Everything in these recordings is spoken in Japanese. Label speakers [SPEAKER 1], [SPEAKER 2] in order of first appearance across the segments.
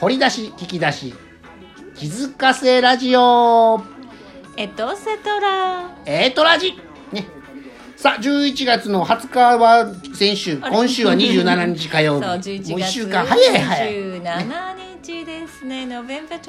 [SPEAKER 1] 掘り出し聞き出し気づかせラジオ
[SPEAKER 2] エトセトラ
[SPEAKER 1] エトラジねさあ11月の20日は先週
[SPEAKER 2] あれ
[SPEAKER 1] 今週は27日火
[SPEAKER 2] そ
[SPEAKER 1] 曜
[SPEAKER 2] う
[SPEAKER 1] 日
[SPEAKER 2] 11月
[SPEAKER 1] もう1週間早い早い
[SPEAKER 2] 17日ですね November 27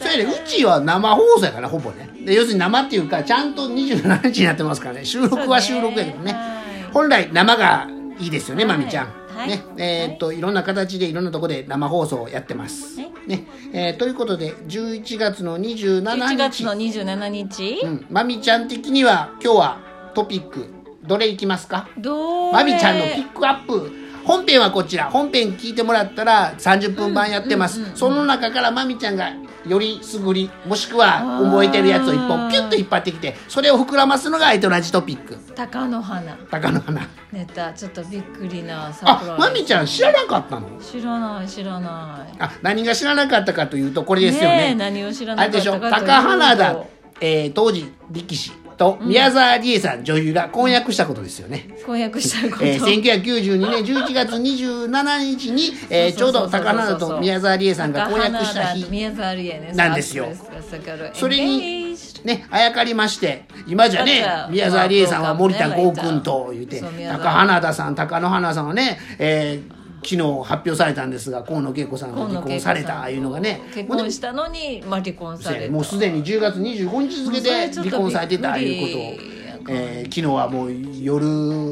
[SPEAKER 1] そうやね、うちは生放送やからほぼねで要するに生っていうかちゃんと27日になってますからね収録は収録やけどね
[SPEAKER 2] はい
[SPEAKER 1] 本来生がいいですよね、まみちゃん、
[SPEAKER 2] はい
[SPEAKER 1] ね
[SPEAKER 2] はい
[SPEAKER 1] えーっといろんな形でいろんなとこで生放送をやってます、
[SPEAKER 2] はい
[SPEAKER 1] ねえーということで11月の27
[SPEAKER 2] 11月
[SPEAKER 1] 日
[SPEAKER 2] の27日
[SPEAKER 1] うん、まみちゃん的には今日はトピックどれいきますか
[SPEAKER 2] どう
[SPEAKER 1] まみちゃんのピックアップ本編はこちら本編聞いてもらったら30分版やってます、その中からまみちゃんがよりすぐりもしくは覚えてるやつを1
[SPEAKER 2] あ
[SPEAKER 1] 本
[SPEAKER 2] ー
[SPEAKER 1] ピュッと引っ張ってきてそれを膨らますのがエトラジトピック
[SPEAKER 2] 鷹の花
[SPEAKER 1] 高野花
[SPEAKER 2] ネタちょっとびっくりなサプライ
[SPEAKER 1] あ
[SPEAKER 2] ズ
[SPEAKER 1] まみちゃん知らなかったの
[SPEAKER 2] 知らない知らない
[SPEAKER 1] あ何が知らなかったかというとこれですよね
[SPEAKER 2] え何を知ら
[SPEAKER 1] あ
[SPEAKER 2] な
[SPEAKER 1] れ
[SPEAKER 2] か
[SPEAKER 1] で
[SPEAKER 2] っ
[SPEAKER 1] しょ
[SPEAKER 2] たかというと
[SPEAKER 1] 高花田、えー当時力士と宮沢りえさん、女優が婚約したことですよね、
[SPEAKER 2] 婚約したこと、
[SPEAKER 1] えー、1992年11月27日に、えーち
[SPEAKER 2] そ
[SPEAKER 1] ょ
[SPEAKER 2] う
[SPEAKER 1] う
[SPEAKER 2] そうそ
[SPEAKER 1] ど
[SPEAKER 2] うそう
[SPEAKER 1] 高花田と宮沢りえさんが婚約した
[SPEAKER 2] 高花田と
[SPEAKER 1] 日、
[SPEAKER 2] 宮沢りえね
[SPEAKER 1] なんですよそ
[SPEAKER 2] そ
[SPEAKER 1] れ
[SPEAKER 2] れ
[SPEAKER 1] に
[SPEAKER 2] に
[SPEAKER 1] ね、あやかりまして今じゃね
[SPEAKER 2] だから
[SPEAKER 1] 宮沢りえさんは森田
[SPEAKER 2] まあ
[SPEAKER 1] 剛君と言って
[SPEAKER 2] そう宮沢
[SPEAKER 1] 高花田さん高野花さんはね、えー昨日発表されたんですが河野恵子さんが離婚されたああいうのがね
[SPEAKER 2] 結婚したのに、まあ、離婚された
[SPEAKER 1] もうすでに10月25日付で離婚されてたあ
[SPEAKER 2] も
[SPEAKER 1] あ
[SPEAKER 2] うそれち
[SPEAKER 1] い
[SPEAKER 2] ょっとびっ
[SPEAKER 1] う
[SPEAKER 2] くり
[SPEAKER 1] ことを、えー昨日はもう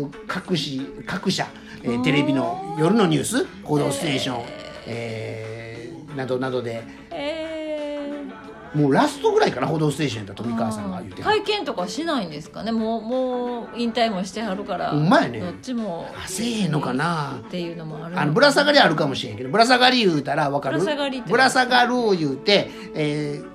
[SPEAKER 1] 夜各市各社、えーテレビの夜のニュース「報道ステーション」えーなどなどで
[SPEAKER 2] え
[SPEAKER 1] もうラストぐらいかな「報道ステーション」やった
[SPEAKER 2] ー
[SPEAKER 1] 富川さんが言って
[SPEAKER 2] 会見とかしないんですかねもうもう引退もしてはるから
[SPEAKER 1] ほんまやね
[SPEAKER 2] どっちも
[SPEAKER 1] せえへんのかな
[SPEAKER 2] っていうのもあるの
[SPEAKER 1] あのぶら下がりあるかもしれんけどぶら下がり言うたらわかる
[SPEAKER 2] ぶら下がりって
[SPEAKER 1] ぶら下がるを言うて、えー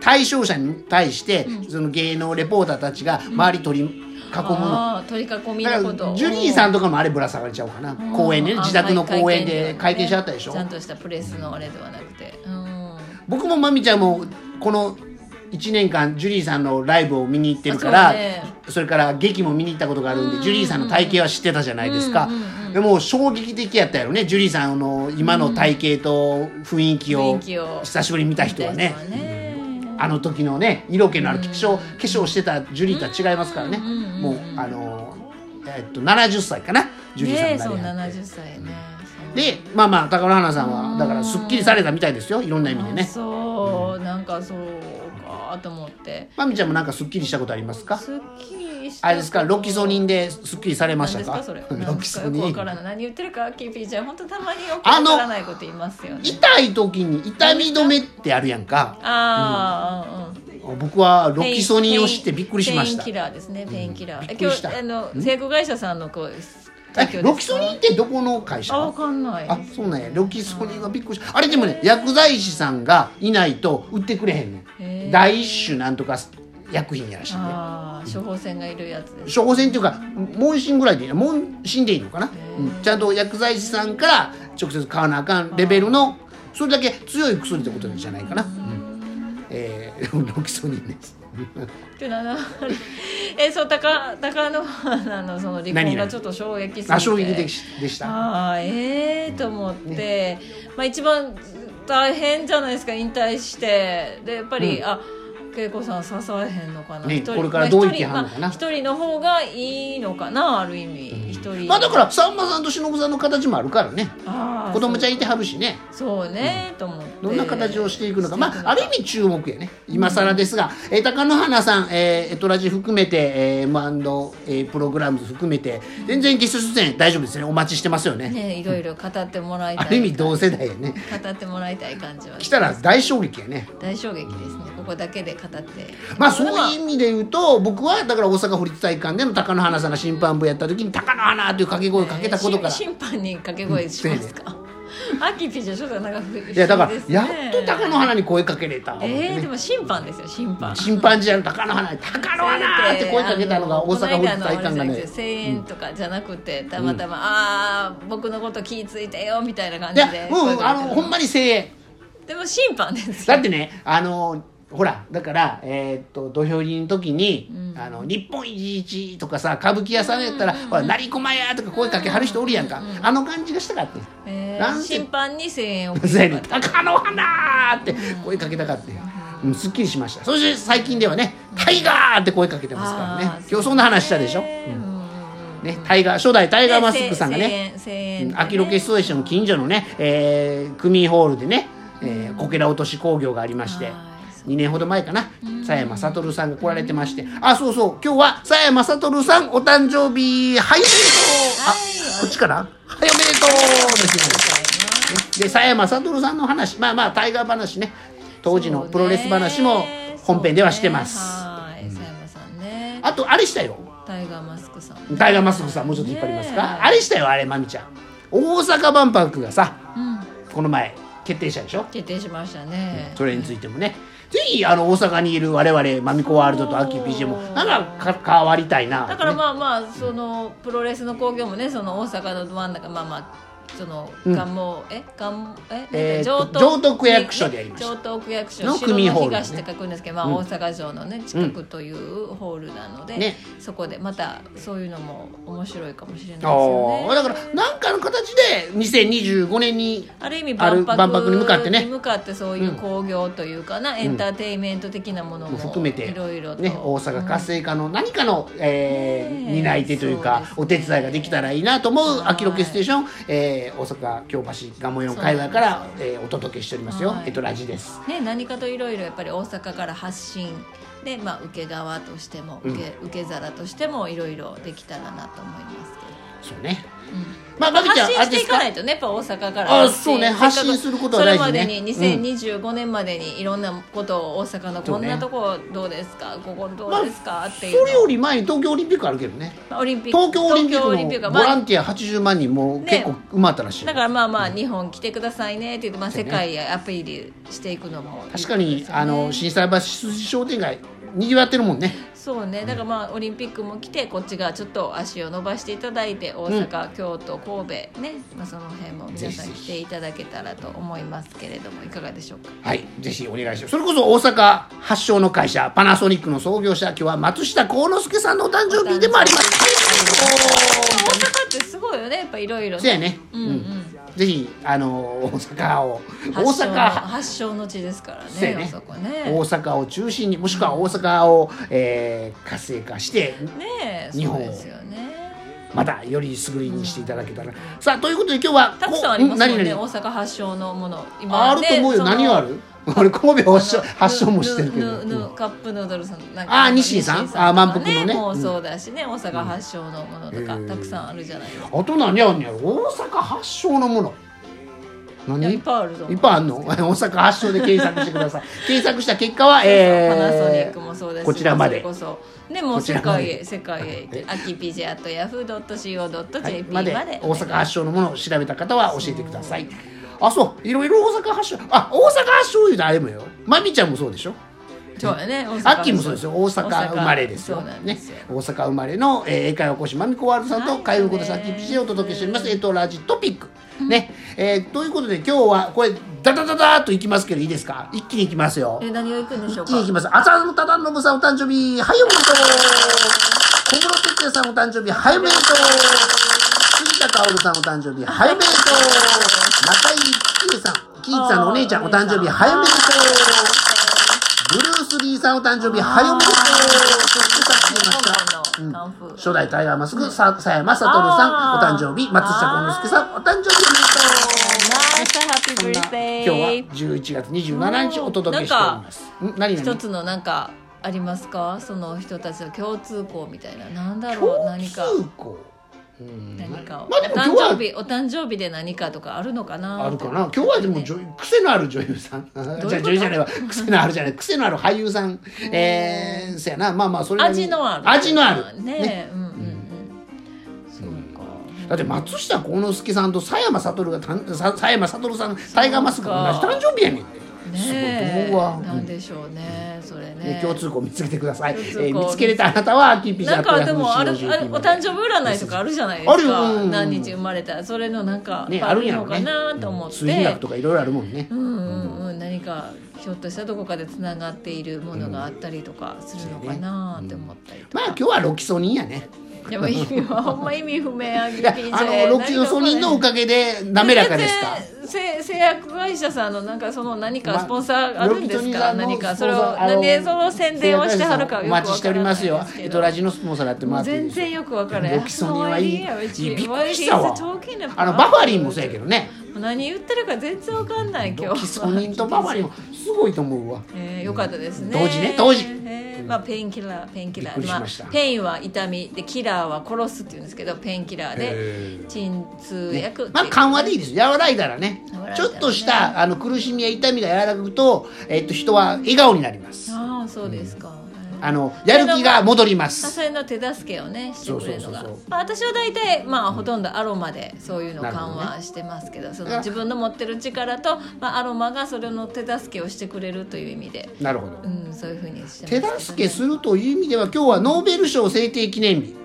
[SPEAKER 1] 対象者に対して、その芸能レポーターたちが周り取り囲むの。
[SPEAKER 2] あー取り囲み
[SPEAKER 1] だ
[SPEAKER 2] の
[SPEAKER 1] か
[SPEAKER 2] こ
[SPEAKER 1] ら
[SPEAKER 2] と
[SPEAKER 1] ジュリーさんとかもあれぶら下がりちゃうかな
[SPEAKER 2] うん
[SPEAKER 1] 公園でね
[SPEAKER 2] あ
[SPEAKER 1] 自宅の公園
[SPEAKER 2] は
[SPEAKER 1] で
[SPEAKER 2] い
[SPEAKER 1] 会見しちゃったでしょ
[SPEAKER 2] ちゃんとしたプレスのあれではなくてうん
[SPEAKER 1] 僕もまみちゃんもこの1年間ジュリーさんのライブを見に行ってるから
[SPEAKER 2] あ
[SPEAKER 1] そ,、
[SPEAKER 2] そう
[SPEAKER 1] れ
[SPEAKER 2] ね
[SPEAKER 1] から劇も見に行ったことがあるんで、
[SPEAKER 2] うん
[SPEAKER 1] ジュリーさんの体型は知ってたじゃないですか、
[SPEAKER 2] うんうんうん
[SPEAKER 1] でも衝撃的やったやろねジュリーさんの今の体型と雰囲気を
[SPEAKER 2] 雰囲気を
[SPEAKER 1] 久しぶりに見た人はね
[SPEAKER 2] みたいなね
[SPEAKER 1] あの時のね色気のある化粧,、化粧してたジュリーとは違いますからね、
[SPEAKER 2] うんうんうんうん
[SPEAKER 1] もうあのえっと70歳かなジュリーさん
[SPEAKER 2] ね
[SPEAKER 1] にな
[SPEAKER 2] そう
[SPEAKER 1] りはって
[SPEAKER 2] 70歳ね
[SPEAKER 1] でまあまあ高野花さんはだから
[SPEAKER 2] うん
[SPEAKER 1] すっきりされたみたいですよいろんな意味で
[SPEAKER 2] あ
[SPEAKER 1] ね
[SPEAKER 2] そうなんかそうかと思って
[SPEAKER 1] まみちゃんもなんかすっきりしたことありますか
[SPEAKER 2] すっきりした
[SPEAKER 1] あれですかロキソニ
[SPEAKER 2] ン
[SPEAKER 1] ンですっきりされま
[SPEAKER 2] ま
[SPEAKER 1] し
[SPEAKER 2] したた
[SPEAKER 1] か
[SPEAKER 2] かそれ
[SPEAKER 1] ロキソ
[SPEAKER 2] なんか
[SPEAKER 1] ニ
[SPEAKER 2] よくわ
[SPEAKER 1] ン
[SPEAKER 2] からない何言ってるかキーピーちゃん本当たまによく
[SPEAKER 1] あ
[SPEAKER 2] わ
[SPEAKER 1] の
[SPEAKER 2] からないこと言いますよね
[SPEAKER 1] 痛い時に痛み止めってあるやんか
[SPEAKER 2] ああ、うんうん
[SPEAKER 1] 僕はロキソニンを知ってびっくりしまし
[SPEAKER 2] ペインキ
[SPEAKER 1] た
[SPEAKER 2] ラーですねペインキラー、
[SPEAKER 1] びっくりした
[SPEAKER 2] え今日あの製薬会社さんのこう
[SPEAKER 1] えロキソニンってどこの会社
[SPEAKER 2] あわかんない
[SPEAKER 1] あそうなんやロキソニンはびっくりしたあれでもね薬剤師さんがいないと売ってくれへんね
[SPEAKER 2] へ
[SPEAKER 1] ん
[SPEAKER 2] ー
[SPEAKER 1] 第一種なんとか薬品やらしいね
[SPEAKER 2] あー処方箋がいるやつです
[SPEAKER 1] 処方箋っていうか問診ぐらいでいいな問診でいいのかな、うん、ちゃんと薬剤師さんから直接買わなあかんレベルのそれだけ強い薬ってことじゃないかな、うんえー ロキソニンです
[SPEAKER 2] ってなな えそう高高野花のその離
[SPEAKER 1] 何
[SPEAKER 2] 婚
[SPEAKER 1] 々
[SPEAKER 2] がちょっと衝撃すぎて
[SPEAKER 1] あ衝撃でしでした
[SPEAKER 2] ああええと思って、まあ一番大変じゃないですか引退してでやっぱり、
[SPEAKER 1] うん
[SPEAKER 2] あ恵子さん支えへんのかな、
[SPEAKER 1] ね
[SPEAKER 2] 一人
[SPEAKER 1] これからどう生き
[SPEAKER 2] ま
[SPEAKER 1] はんのかな
[SPEAKER 2] あ一人まあ一人の方がいいのかなある意味一、人
[SPEAKER 1] まあだからさんまさんとしのぶさんの形もあるからね
[SPEAKER 2] あー
[SPEAKER 1] 子供ちゃんいてはるしね
[SPEAKER 2] そうね、と思って
[SPEAKER 1] どんな形をしていくのか、まあ、あ
[SPEAKER 2] れ
[SPEAKER 1] る意味注目やね今更ですが、えー貴乃花さん、えーエトラジ含めて、えー、M&A、えープログラムズ含めて全然ゲスト出演大丈夫ですねお待ちしてますよね
[SPEAKER 2] ねいろいろ語ってもらいた
[SPEAKER 1] あ
[SPEAKER 2] い
[SPEAKER 1] る意味同世代やね
[SPEAKER 2] 語ってもらいたい感じは
[SPEAKER 1] 来たら大衝撃やね
[SPEAKER 2] 大衝撃ですねここだけで語って
[SPEAKER 1] まあそういう意味で言うと僕はだから大阪府立体育館での高野花さんが審判部やった時に「高野花」という掛け声をかけたことから、
[SPEAKER 2] 審審判に掛け声しますか、アキピーじゃちょっとなんか不思議
[SPEAKER 1] いやだから
[SPEAKER 2] ですね
[SPEAKER 1] やっと高野花に声かけれた、思って
[SPEAKER 2] えー、で
[SPEAKER 1] ね
[SPEAKER 2] も審判ですよ審判
[SPEAKER 1] 審判時代の高野花に「高野花!」って声かけたのが大阪府立体育館がね
[SPEAKER 2] がね声援とかじゃなくてたまたま、ああ僕のこと気ぃついてよみたいな感
[SPEAKER 1] い
[SPEAKER 2] じ
[SPEAKER 1] や
[SPEAKER 2] で
[SPEAKER 1] うんあのほん
[SPEAKER 2] ま
[SPEAKER 1] まに声援
[SPEAKER 2] でも審判で す
[SPEAKER 1] だ
[SPEAKER 2] よ
[SPEAKER 1] ってねあのほらだから、えーっと土俵入りの時に、
[SPEAKER 2] うん
[SPEAKER 1] あの日本一とかさ歌舞伎屋さんやったら「ほら成駒や!」とか声かけはる人おるやんか、あの感じがしたかったんです
[SPEAKER 2] え
[SPEAKER 1] なん
[SPEAKER 2] ー、
[SPEAKER 1] て
[SPEAKER 2] 審判に声援を
[SPEAKER 1] そ やねん鷹の花!」って声かけたかったよ、うん、すっきりしましたそして最近ではね「タイガー!」って声かけてますから
[SPEAKER 2] あ
[SPEAKER 1] ね
[SPEAKER 2] ー
[SPEAKER 1] 今日そんな話したでしょ、
[SPEAKER 2] ね
[SPEAKER 1] うん
[SPEAKER 2] うん
[SPEAKER 1] ね、タイガー初代タイガーマスクさんがね
[SPEAKER 2] で声援声援でね
[SPEAKER 1] アキロケストレーションの近所のね、えー、組ホールでね、えー、こけら落とし工業がありまして
[SPEAKER 2] はいそう
[SPEAKER 1] 2年ほど前かな佐山悟さんが来られてましてあそうそう今日は佐山悟さんお誕生日はいおめでとう、
[SPEAKER 2] はい
[SPEAKER 1] あこっちかなはいおめでとうですねで佐山悟さんの話まあまあタイガー話ね当時のプロレス話も本編ではしてます、
[SPEAKER 2] そうねはい佐山さんね
[SPEAKER 1] あとあれしたよ
[SPEAKER 2] タイガーマスクさん
[SPEAKER 1] タイガーマスクさんもうちょっと引っ張りますか、
[SPEAKER 2] ねえ
[SPEAKER 1] あれしたよあれまみちゃん大阪万博がさ
[SPEAKER 2] うん
[SPEAKER 1] この前決定したでしょ
[SPEAKER 2] 決定しましたね
[SPEAKER 1] それについてもねぜひあの大阪にいる我々マミコワールドとアキ PJ もなんかか関わりたいな
[SPEAKER 2] だからまあまあそのプロレスの興行もねその大阪のど真ん中まあまあその
[SPEAKER 1] うん
[SPEAKER 2] 願望、え願え
[SPEAKER 1] えー
[SPEAKER 2] なんか
[SPEAKER 1] 城東区役所でやりました
[SPEAKER 2] 城東区役所
[SPEAKER 1] の
[SPEAKER 2] の
[SPEAKER 1] 組ホールね
[SPEAKER 2] 東って書くんですけど、まあ、
[SPEAKER 1] うん
[SPEAKER 2] 大阪城のね近くというホールなので、
[SPEAKER 1] ね
[SPEAKER 2] そこでまたそういうのも面白いかもしれないですよ
[SPEAKER 1] おー
[SPEAKER 2] ね
[SPEAKER 1] だから何かの形で2025年に
[SPEAKER 2] ある意味
[SPEAKER 1] ある
[SPEAKER 2] 万博
[SPEAKER 1] 万博に向かってね
[SPEAKER 2] に向かってそういう興行というかな、エンターテインメント的なものも
[SPEAKER 1] 含めて、
[SPEAKER 2] いろいろと、
[SPEAKER 1] ね、大阪活性化の何かの、えー
[SPEAKER 2] ねえ
[SPEAKER 1] 担い手という
[SPEAKER 2] そう
[SPEAKER 1] か
[SPEAKER 2] ですね
[SPEAKER 1] お手伝いができたらいいなと思う「
[SPEAKER 2] はい
[SPEAKER 1] アキロケステーション」えー大阪京橋ガモン界隈から、えーお届けしておりますよ
[SPEAKER 2] は
[SPEAKER 1] 「
[SPEAKER 2] い
[SPEAKER 1] えとラジ」です。
[SPEAKER 2] ね、何かといろいろやっぱり大阪から発信で、まあ、受け側としても受け,、受け皿としてもいろいろできたらなと思いますけど、
[SPEAKER 1] そうね、
[SPEAKER 2] う
[SPEAKER 1] まあ、まみちゃん
[SPEAKER 2] 発信
[SPEAKER 1] あれ
[SPEAKER 2] し
[SPEAKER 1] で
[SPEAKER 2] てい
[SPEAKER 1] すか
[SPEAKER 2] かないとねやっぱ大阪から
[SPEAKER 1] あそうね
[SPEAKER 2] せっかく
[SPEAKER 1] 発信することは大事ね
[SPEAKER 2] それまでに2025年までにいろんなことを大阪の
[SPEAKER 1] そ
[SPEAKER 2] こ
[SPEAKER 1] うんね
[SPEAKER 2] なとこどうですか、ここど
[SPEAKER 1] まあ
[SPEAKER 2] うですか、っていう
[SPEAKER 1] それよ
[SPEAKER 2] の
[SPEAKER 1] り前に東京オリンピックあるけどね
[SPEAKER 2] まあオリンピック
[SPEAKER 1] 東京オリンピックのボ
[SPEAKER 2] ま
[SPEAKER 1] ラ
[SPEAKER 2] あ
[SPEAKER 1] ンティア80万人も
[SPEAKER 2] ね
[SPEAKER 1] 結構埋まったらしい、
[SPEAKER 2] だからまあまあ日本来てくださいねって言って、まあ、
[SPEAKER 1] そう
[SPEAKER 2] 世
[SPEAKER 1] ね
[SPEAKER 2] 界へアピールしていくのもいい
[SPEAKER 1] 確かにあの震災橋筋商店街にぎわってるもんね
[SPEAKER 2] そうねだからまあオリンピックも来てこっちがちょっと足を伸ばしていただいて大阪、京都神戸ね、まあ、その辺も皆さん
[SPEAKER 1] ぜひぜひ
[SPEAKER 2] 来ていただけたらと思いますけれどもいかがでしょうか
[SPEAKER 1] はいぜひお願いしますそれこそ大阪発祥の会社パナソニックの創業者今日は松下幸之助さんのお誕生日でもあります
[SPEAKER 2] 大阪ってすごいよねやっぱいろいろ
[SPEAKER 1] そうやね、
[SPEAKER 2] うんうん
[SPEAKER 1] ぜひあの大阪を大
[SPEAKER 2] 発祥の
[SPEAKER 1] 阪
[SPEAKER 2] 発祥の地ですから
[SPEAKER 1] そうや
[SPEAKER 2] ね
[SPEAKER 1] ね
[SPEAKER 2] あそこね
[SPEAKER 1] 大阪を中心にもしくは大阪を、えー活性化して
[SPEAKER 2] ねえ
[SPEAKER 1] 日
[SPEAKER 2] そう
[SPEAKER 1] 本
[SPEAKER 2] ですよね
[SPEAKER 1] またより優れにしていただけたら、さあということで今日は
[SPEAKER 2] たくさんありますもん
[SPEAKER 1] こう
[SPEAKER 2] ね
[SPEAKER 1] 何々
[SPEAKER 2] 大阪発祥のもの
[SPEAKER 1] あると思うよ何があ
[SPEAKER 2] る
[SPEAKER 1] る俺神戸発祥発祥もしてるけど、
[SPEAKER 2] ぬぬぬカップヌードルさんなん
[SPEAKER 1] あー西井さん
[SPEAKER 2] とか
[SPEAKER 1] あー満腹のね
[SPEAKER 2] もうそうだしね、大阪発祥のものとか、
[SPEAKER 1] うん
[SPEAKER 2] たくさんあるじゃないですか、
[SPEAKER 1] あと何あんねやろ大阪発祥のもの
[SPEAKER 2] い
[SPEAKER 1] 何
[SPEAKER 2] や
[SPEAKER 1] い
[SPEAKER 2] いっ
[SPEAKER 1] っ
[SPEAKER 2] ぱいあると思う
[SPEAKER 1] ぱいあんの 大阪発祥で検索してください 検索した結果は
[SPEAKER 2] パナソニッ
[SPEAKER 1] え
[SPEAKER 2] クもそうです
[SPEAKER 1] こちらまで
[SPEAKER 2] それこそねもう
[SPEAKER 1] こち
[SPEAKER 2] 世
[SPEAKER 1] らま
[SPEAKER 2] 界
[SPEAKER 1] で
[SPEAKER 2] へ世界へ行ってアキピジェットヤフー .co.jp
[SPEAKER 1] ーはい
[SPEAKER 2] ま
[SPEAKER 1] ま
[SPEAKER 2] で,、
[SPEAKER 1] で大阪発祥のものを調べた方は教えてくださいあそういろいろ大阪発祥あ大阪発祥いうとあれもよまみちゃんもそうでしょ
[SPEAKER 2] そうやね大阪
[SPEAKER 1] アッキーもそうですよ大阪生まれですよ
[SPEAKER 2] そうなんですよ、
[SPEAKER 1] ね、大阪生まれの、えー、英会話講師まみこワールドさん
[SPEAKER 2] は
[SPEAKER 1] と
[SPEAKER 2] い
[SPEAKER 1] 海運ことさっき PJ をお届けしております「えっとラジトピック」ねえーということで今日はこれダダダダーっといきますけどいいですか一気にいきますよ
[SPEAKER 2] え何が行くんでしょ
[SPEAKER 1] 一
[SPEAKER 2] う
[SPEAKER 1] 気にいき
[SPEAKER 2] か
[SPEAKER 1] ます浅野忠信さんお誕生日はいおめでとう小室哲哉さんお誕生日はいおめでとう杉田薫さんお誕生日はいおめでとう中井貴恵さん貴一さんのお姉ちゃんお誕生日はいおめでとうブルース・リーさんお誕生日、はいおめでとう。そしてさっき言いました。
[SPEAKER 2] 本のカンフー
[SPEAKER 1] 初代タイガーマスク、さ、さやまさとるさん、お
[SPEAKER 2] あ
[SPEAKER 1] 誕
[SPEAKER 2] ー
[SPEAKER 1] 生日、松下幸之助さん、お誕生日おめでとう。そんな
[SPEAKER 2] Nice happy birthday
[SPEAKER 1] 今日は11月27日お届けしております。ん何
[SPEAKER 2] 一
[SPEAKER 1] 何
[SPEAKER 2] つのなんかありますかその人たちの共通項みたいななんだろう
[SPEAKER 1] 共
[SPEAKER 2] 何か
[SPEAKER 1] 通項。うん
[SPEAKER 2] 何かを、
[SPEAKER 1] まあでも
[SPEAKER 2] お
[SPEAKER 1] 今
[SPEAKER 2] 誕生
[SPEAKER 1] 日
[SPEAKER 2] 日お誕生日で何かとかあるのかな
[SPEAKER 1] は、あるかな。今日はでも女優、癖のある女優さん。
[SPEAKER 2] と
[SPEAKER 1] じゃあ女優じゃないわ。癖のあるじゃない。癖のある俳優さん。えー、そやな。まあまあ、それなりに
[SPEAKER 2] 味のある
[SPEAKER 1] 味のある。
[SPEAKER 2] ねうんうんうんそうか
[SPEAKER 1] だって松下幸之助さんと佐山悟がたんさ佐山悟さんタイガーマスクが同じ誕生日やねんすごい
[SPEAKER 2] ね
[SPEAKER 1] と思うわ、
[SPEAKER 2] なんでしょうね、それ
[SPEAKER 1] ね
[SPEAKER 2] ね。
[SPEAKER 1] 共通項見つけてください、え
[SPEAKER 2] 共通項
[SPEAKER 1] ー見つけれたあなたはキーピー
[SPEAKER 2] なんかでもあるあるお誕生
[SPEAKER 1] 日
[SPEAKER 2] 日占いとかあるじゃないですか
[SPEAKER 1] あるようん
[SPEAKER 2] 何日生まれたそれのなんか
[SPEAKER 1] ねあ
[SPEAKER 2] あ
[SPEAKER 1] るん
[SPEAKER 2] る
[SPEAKER 1] や
[SPEAKER 2] の
[SPEAKER 1] ろ
[SPEAKER 2] か
[SPEAKER 1] ね
[SPEAKER 2] なと思って、
[SPEAKER 1] 数比学とかいろいろあるもんね、
[SPEAKER 2] うんうんうん、何かひょっとしたらどこかでつながっているものがあったりとかするのかなって思ったりと
[SPEAKER 1] ま
[SPEAKER 2] か、
[SPEAKER 1] あ今日はロキソニンやね
[SPEAKER 2] でも意味はほんま意味不明や
[SPEAKER 1] いやあのロキソニンのおかげで滑らかでした
[SPEAKER 2] 製製薬会社さんのなんかその何
[SPEAKER 1] ま
[SPEAKER 2] か
[SPEAKER 1] あ
[SPEAKER 2] スポンサーあるんですか、
[SPEAKER 1] ロキソニン
[SPEAKER 2] 何
[SPEAKER 1] さんの
[SPEAKER 2] か
[SPEAKER 1] スポ
[SPEAKER 2] そ
[SPEAKER 1] ン
[SPEAKER 2] れ
[SPEAKER 1] サー
[SPEAKER 2] を
[SPEAKER 1] あの
[SPEAKER 2] 何でその宣伝をしてはるかよ
[SPEAKER 1] お
[SPEAKER 2] くわ
[SPEAKER 1] 待ちしておりますよエト
[SPEAKER 2] からな
[SPEAKER 1] ラ
[SPEAKER 2] いですけど
[SPEAKER 1] ジのスポンサーやっても
[SPEAKER 2] も
[SPEAKER 1] ら
[SPEAKER 2] う
[SPEAKER 1] ってる
[SPEAKER 2] 全然よくわからない
[SPEAKER 1] ロキソニンはいいいやびっくりしたわあのバファリンもそうやけどね
[SPEAKER 2] 何言ってるか全然わかんない今
[SPEAKER 1] ロ
[SPEAKER 2] 日
[SPEAKER 1] キソニンとバファリンもすごいと思うわ
[SPEAKER 2] えー、よかったですね。
[SPEAKER 1] 当時ね当時
[SPEAKER 2] えーまあペインキラーペインキラ
[SPEAKER 1] びっく
[SPEAKER 2] ー、
[SPEAKER 1] りしました
[SPEAKER 2] あペインは痛みでキラーは殺すって言うんですけどペインキラー
[SPEAKER 1] へ
[SPEAKER 2] で鎮痛
[SPEAKER 1] ね
[SPEAKER 2] 薬っていう、
[SPEAKER 1] まあ緩和でいいですよ柔らいだらね
[SPEAKER 2] 和らいだらね
[SPEAKER 1] ちょっとしたあの苦しみや痛みが和らぐと,、えっと人は笑顔になります
[SPEAKER 2] ああそうですか。
[SPEAKER 1] あのやる気が戻りま
[SPEAKER 2] まあ、
[SPEAKER 1] す
[SPEAKER 2] それの手助けをねしてくれるのが
[SPEAKER 1] そうそうそうそう
[SPEAKER 2] まあ、私は大体、まあ、ほとんどアロマでそういうのを
[SPEAKER 1] なるほ
[SPEAKER 2] 緩
[SPEAKER 1] どね
[SPEAKER 2] 和してますけどそ
[SPEAKER 1] あ
[SPEAKER 2] の自分の持ってる力と、まあ、アロマがそれの手助けをしてくれるという意味で、
[SPEAKER 1] なるほど
[SPEAKER 2] うん、そういうふうにして
[SPEAKER 1] 手
[SPEAKER 2] ます
[SPEAKER 1] 助けするという意味では今日はノーベル賞制定記念日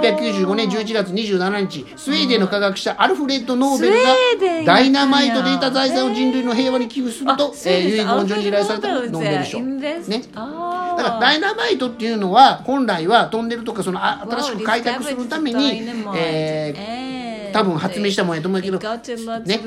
[SPEAKER 1] 1895年11月27日スウェーデンの科学者アルフレッド・ノーベル
[SPEAKER 2] スウェーデン
[SPEAKER 1] が
[SPEAKER 2] や
[SPEAKER 1] ダイナマイトで得た財産を人類の平和に寄付すると、
[SPEAKER 2] あそう
[SPEAKER 1] えー
[SPEAKER 2] です
[SPEAKER 1] 遺言状に依頼されたノーベル賞。ね
[SPEAKER 2] ね、あ
[SPEAKER 1] だから
[SPEAKER 2] ー
[SPEAKER 1] ダイナマイトっていうのは本来はトンネルとかそのあ新しく開拓するために、えー多分発明したもんやと思うけど、ね、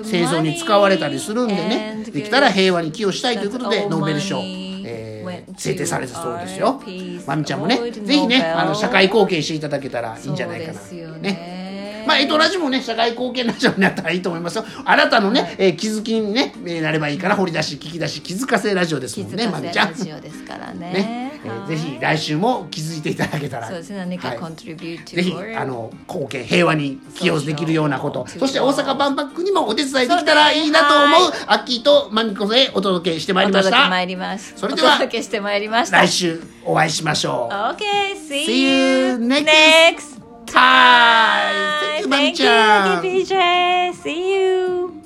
[SPEAKER 1] 戦争に使われたりするんでねできたら平和に寄与したいということでノーベル賞、えー制定されたそうですよ
[SPEAKER 2] Peace
[SPEAKER 1] まみちゃんもね
[SPEAKER 2] Award
[SPEAKER 1] ぜひね
[SPEAKER 2] Nobel
[SPEAKER 1] あの社会貢献していただけたらいいんじゃないかな
[SPEAKER 2] そうですよね
[SPEAKER 1] まあエトラジもね社会貢献ラジオになったらいいと思いますよあなたのね、えー気づきに、ねえーなればいいから掘り出し聞き出し気づかせラジオです
[SPEAKER 2] 気
[SPEAKER 1] もん
[SPEAKER 2] づ
[SPEAKER 1] ね
[SPEAKER 2] か
[SPEAKER 1] まみ
[SPEAKER 2] せ
[SPEAKER 1] ちゃん
[SPEAKER 2] ラ。ジオですからね
[SPEAKER 1] ね、えー
[SPEAKER 2] はい
[SPEAKER 1] ぜひ来週も気づいていただけたら。
[SPEAKER 2] そうですね何か
[SPEAKER 1] はい
[SPEAKER 2] コントリビュート
[SPEAKER 1] ぜひあの貢献平和に寄与できるようなこと
[SPEAKER 2] そうそう
[SPEAKER 1] そして大阪万博にもお手伝いできたらいいなと思う
[SPEAKER 2] そうね
[SPEAKER 1] アッキーとマミコでお届けしてまいりまし
[SPEAKER 2] お届けま
[SPEAKER 1] た
[SPEAKER 2] いります
[SPEAKER 1] それでは
[SPEAKER 2] お届けしてまいりました
[SPEAKER 1] 来週お会いしましょう
[SPEAKER 2] OK
[SPEAKER 1] See
[SPEAKER 2] see
[SPEAKER 1] you
[SPEAKER 2] you
[SPEAKER 1] next
[SPEAKER 2] next
[SPEAKER 1] time. Thank you, まみ
[SPEAKER 2] Thank
[SPEAKER 1] ちゃん
[SPEAKER 2] you DPJ see you